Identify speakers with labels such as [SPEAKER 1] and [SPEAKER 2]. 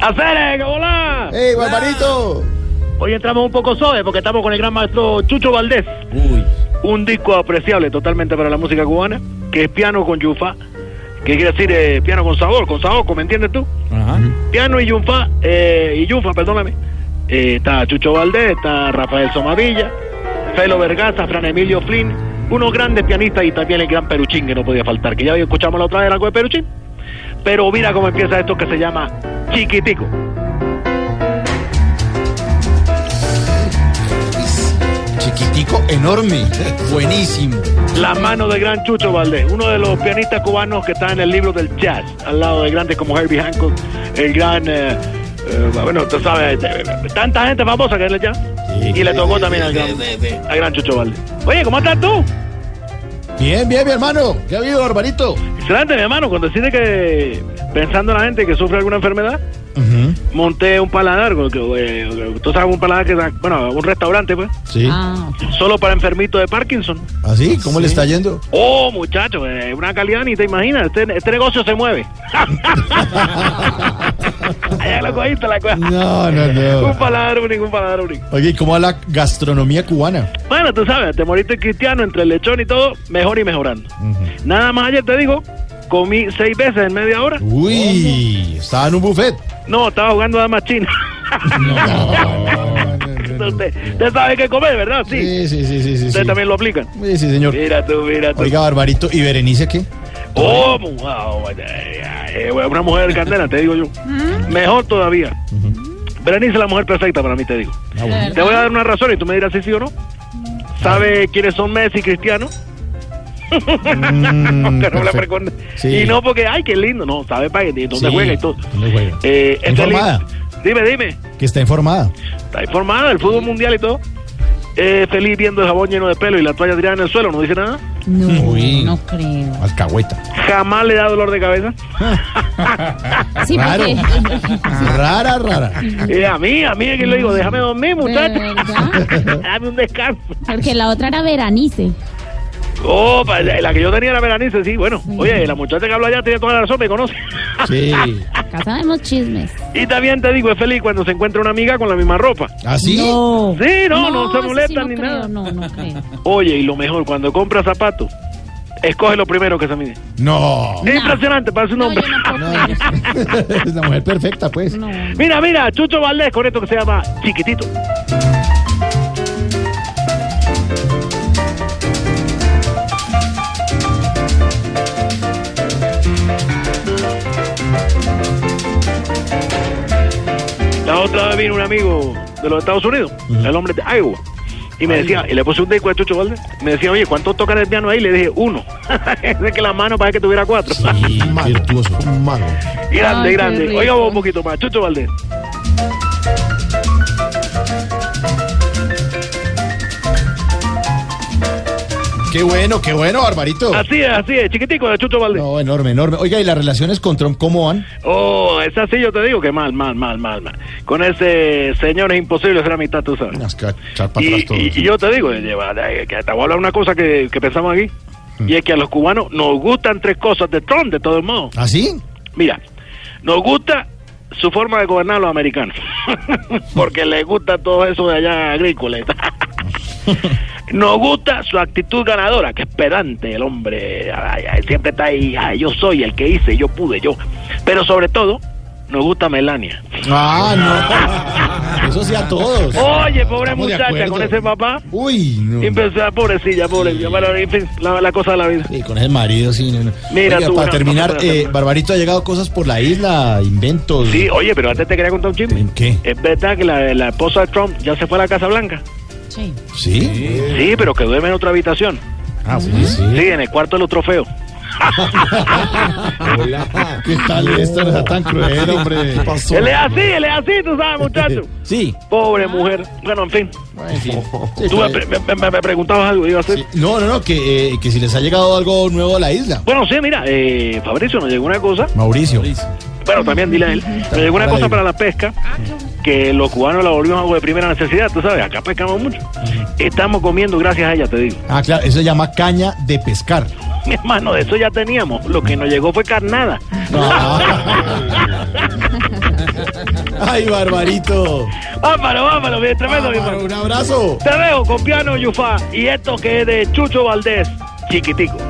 [SPEAKER 1] ¡Hacer, hola!
[SPEAKER 2] ¡Ey, Barbarito!
[SPEAKER 1] Hoy entramos un poco suave porque estamos con el gran maestro Chucho Valdés.
[SPEAKER 2] Uy.
[SPEAKER 1] Un disco apreciable totalmente para la música cubana, que es piano con yufa, que quiere decir eh, piano con sabor, con saoco, ¿me entiendes tú? Piano y yunfa, eh, y yunfa, perdóname. Eh, está Chucho Valdés, está Rafael Somavilla, Felo Vergaza, Fran Emilio Flynn, unos grandes pianistas y también el gran Peruchín que no podía faltar, que ya escuchamos la otra vez algo de Peruchín. Pero mira cómo empieza esto que se llama Chiquitico.
[SPEAKER 2] Chiquitico, enorme. Buenísimo.
[SPEAKER 1] La mano de gran Chucho Valdés, uno de los pianistas cubanos que está en el libro del jazz, al lado de grandes como Herbie Hancock, el gran, eh, eh, bueno, tú sabes, eh, tanta gente famosa que es el jazz. Y le tocó también al gran, al gran Chucho Valdés. Oye, ¿cómo estás tú?
[SPEAKER 2] Bien, bien, mi hermano. ¿Qué ha habido, Barbarito?
[SPEAKER 1] Excelente, mi hermano, cuando decide que, pensando en la gente que sufre alguna enfermedad, monté un paladar, con- que, eh, tú sabes, un paladar que, da- bueno, un restaurante, pues,
[SPEAKER 2] Sí.
[SPEAKER 1] solo para enfermitos de Parkinson.
[SPEAKER 2] ¿Así? Ah, ¿Cómo le está yendo?
[SPEAKER 1] Oh, muchachos, eh, una calidad ni te imaginas. Este, este negocio se mueve. Allá lo cogiste la cosa.
[SPEAKER 2] No, no,
[SPEAKER 1] Un
[SPEAKER 2] no.
[SPEAKER 1] paladar único, un paladar único.
[SPEAKER 2] Oye, ¿y cómo va la gastronomía cubana?
[SPEAKER 1] Bueno, tú sabes, te moriste cristiano entre el lechón y todo, mejor y mejorando. Nada más ayer te digo, comí seis veces en media hora.
[SPEAKER 2] Uy, estaba en un buffet.
[SPEAKER 1] No, estaba jugando damas chinas. Usted, usted sabe qué comer, ¿verdad? Sí.
[SPEAKER 2] Sí, sí, sí, sí, sí.
[SPEAKER 1] Ustedes
[SPEAKER 2] Sí,
[SPEAKER 1] también lo aplican.
[SPEAKER 2] Sí, sí, señor.
[SPEAKER 1] Mira tú, mira tú.
[SPEAKER 2] Oiga, Barbarito, ¿y Berenice qué?
[SPEAKER 1] Oh, mu- wow, ay, ay, ay, una mujer candela, te digo yo. Mejor todavía. Berenice es la mujer perfecta para mí, te digo.
[SPEAKER 2] Ah, bueno.
[SPEAKER 1] Te voy a dar una razón y tú me dirás si sí o no. ¿Sabe quiénes son Messi y Cristiano? Que no la
[SPEAKER 2] Mm, perfecto.
[SPEAKER 1] preconde-
[SPEAKER 2] Sí.
[SPEAKER 1] Y no porque, ay, qué lindo. No, sabe para dónde
[SPEAKER 2] Sí,
[SPEAKER 1] juega y todo.
[SPEAKER 2] dónde juega.
[SPEAKER 1] Eh,
[SPEAKER 2] Está
[SPEAKER 1] este li-
[SPEAKER 2] informada.
[SPEAKER 1] Dime, dime.
[SPEAKER 2] Que está informada.
[SPEAKER 1] Está informada del fútbol mundial y todo. Eh, feliz viendo el jabón lleno de pelo y la toalla tirada en el suelo, no dice nada.
[SPEAKER 3] No,
[SPEAKER 2] Uy.
[SPEAKER 3] no creo.
[SPEAKER 2] Alcahueta.
[SPEAKER 1] Jamás le da dolor de cabeza.
[SPEAKER 3] Sí,
[SPEAKER 2] Claro.
[SPEAKER 3] porque-
[SPEAKER 2] Rara, rara.
[SPEAKER 1] Y a mí, a mí es que le digo, déjame dormir, muchacho.
[SPEAKER 3] ¿Verdad?
[SPEAKER 1] Dame un descanso.
[SPEAKER 3] porque la otra era veranice.
[SPEAKER 1] Oh, pa- la la que yo tenía era Berenice, sí, bueno. Oye, la muchacha que habla allá tiene toda la razón, me conoce.
[SPEAKER 2] Sí.
[SPEAKER 3] Acá sabemos chismes.
[SPEAKER 1] y también te digo, es feliz cuando se encuentra una amiga con la misma ropa.
[SPEAKER 2] ¿Así?
[SPEAKER 3] No.
[SPEAKER 1] Sí, no, no, se
[SPEAKER 3] eso sí
[SPEAKER 1] molestan
[SPEAKER 3] no
[SPEAKER 1] ni
[SPEAKER 3] creo,
[SPEAKER 1] nada.
[SPEAKER 3] No, no creo.
[SPEAKER 1] Oye, y lo mejor, cuando compra zapatos, escoge lo primero que se mide.
[SPEAKER 2] No.
[SPEAKER 1] Es impresionante, parece un
[SPEAKER 3] No,
[SPEAKER 1] hombre.
[SPEAKER 3] yo no puedo
[SPEAKER 2] No,
[SPEAKER 3] creer.
[SPEAKER 2] es la mujer perfecta, pues.
[SPEAKER 3] No.
[SPEAKER 1] mira, mira, Chucho Valdés con esto que se llama Chiquitito. La otra vez vino un amigo de los Estados Unidos, el hombre de Iowa, y me decía, y le puse un disco de Chucho Valdés, me decía, oye, ¿cuántos tocan el piano ahí? Le dije, uno. es que la mano parece que tuviera cuatro.
[SPEAKER 2] Sí, virtuoso. Malo.
[SPEAKER 1] grande,
[SPEAKER 3] Ay, qué
[SPEAKER 1] grande.
[SPEAKER 3] rico.
[SPEAKER 1] Oigamos un poquito más, Chucho Valdés.
[SPEAKER 2] Qué bueno, qué bueno, Barbarito.
[SPEAKER 1] Así es, así es, chiquitico de Chucho Valdés.
[SPEAKER 2] No, enorme, enorme. Oiga, ¿y las relaciones con Trump cómo van?
[SPEAKER 1] Oh, esa sí yo te digo que mal, mal, mal, mal, mal. Con ese señor es imposible hacer amistad, tú sabes.
[SPEAKER 2] Unas que echar para
[SPEAKER 1] Y,
[SPEAKER 2] atrás todo.
[SPEAKER 1] y- y yo te digo, lleva- eh, que te voy a hablar una cosa que, que pensamos aquí.
[SPEAKER 2] Mm.
[SPEAKER 1] Y es que a los cubanos nos gustan tres cosas de Trump, de todos modos.
[SPEAKER 2] ¿Así?
[SPEAKER 1] Mira, nos gusta su forma de gobernar a los americanos. Porque les gusta todo eso de allá agrícola. y tal. Nos gusta su actitud ganadora, que es pedante el hombre. Ay, ay, siempre está ahí, ay, yo soy el que hice, yo pude, yo. Pero sobre todo, nos gusta Melania.
[SPEAKER 2] Ah, no. Eso sí a todos.
[SPEAKER 1] Oye, pobre
[SPEAKER 2] Estamos de
[SPEAKER 1] muchacha,
[SPEAKER 2] acuerdo.
[SPEAKER 1] con ese papá.
[SPEAKER 2] Uy, no.
[SPEAKER 1] Siempre será pobrecilla, pobrecilla. Bueno, en fin, la, la cosa de la vida.
[SPEAKER 2] Sí, con ese marido, sí. no, no.
[SPEAKER 1] Mira
[SPEAKER 2] Oiga,
[SPEAKER 1] tú,
[SPEAKER 2] para
[SPEAKER 1] no,
[SPEAKER 2] terminar,
[SPEAKER 1] no, no, no,
[SPEAKER 2] eh,
[SPEAKER 1] no.
[SPEAKER 2] Barbarito ha llegado cosas por la isla, inventos.
[SPEAKER 1] Sí, oye, pero antes te quería contar un chisme.
[SPEAKER 2] ¿En qué?
[SPEAKER 1] Es verdad que la, la esposa de Trump ya se fue a la Casa Blanca.
[SPEAKER 3] Sí.
[SPEAKER 2] ¿Sí?
[SPEAKER 1] Sí, pero que duerme en otra habitación.
[SPEAKER 2] Ah, sí, sí.
[SPEAKER 1] Sí, en el cuarto de los trofeos.
[SPEAKER 2] Hola. ¿Qué tal esta? No sea tan cruel, hombre. ¿Qué pasó?
[SPEAKER 1] Él es así, él es así, tú sabes, muchacho.
[SPEAKER 2] Sí.
[SPEAKER 1] Pobre mujer. Bueno, en fin.
[SPEAKER 2] Sí,
[SPEAKER 1] Tú me,
[SPEAKER 2] está bien.
[SPEAKER 1] me- me- me preguntabas algo, iba a hacer.
[SPEAKER 2] Sí. No, no, no, que, eh, que si les ha llegado algo nuevo a la isla.
[SPEAKER 1] Bueno, sí, mira, eh, Fabricio, nos llegó una cosa.
[SPEAKER 2] Mauricio.
[SPEAKER 1] Bueno, también dile a él. Nos llegó una
[SPEAKER 2] Para
[SPEAKER 1] cosa
[SPEAKER 2] él.
[SPEAKER 1] para la pesca que los cubanos la volvimos algo de primera necesidad, tú sabes, acá pescamos mucho. Estamos comiendo gracias a ella, te digo.
[SPEAKER 2] Ah, claro, eso se llama caña de pescar.
[SPEAKER 1] Mi hermano, de eso ya teníamos. Lo que nos llegó fue carnada.
[SPEAKER 2] Ay, barbarito.
[SPEAKER 1] Bárbaro, bárbaro, bien, tremendo, mi
[SPEAKER 2] Bárbaro,
[SPEAKER 1] hermano.
[SPEAKER 2] un abrazo.
[SPEAKER 1] Te dejo con piano Yufá y esto que es de Chucho Valdés, chiquitico.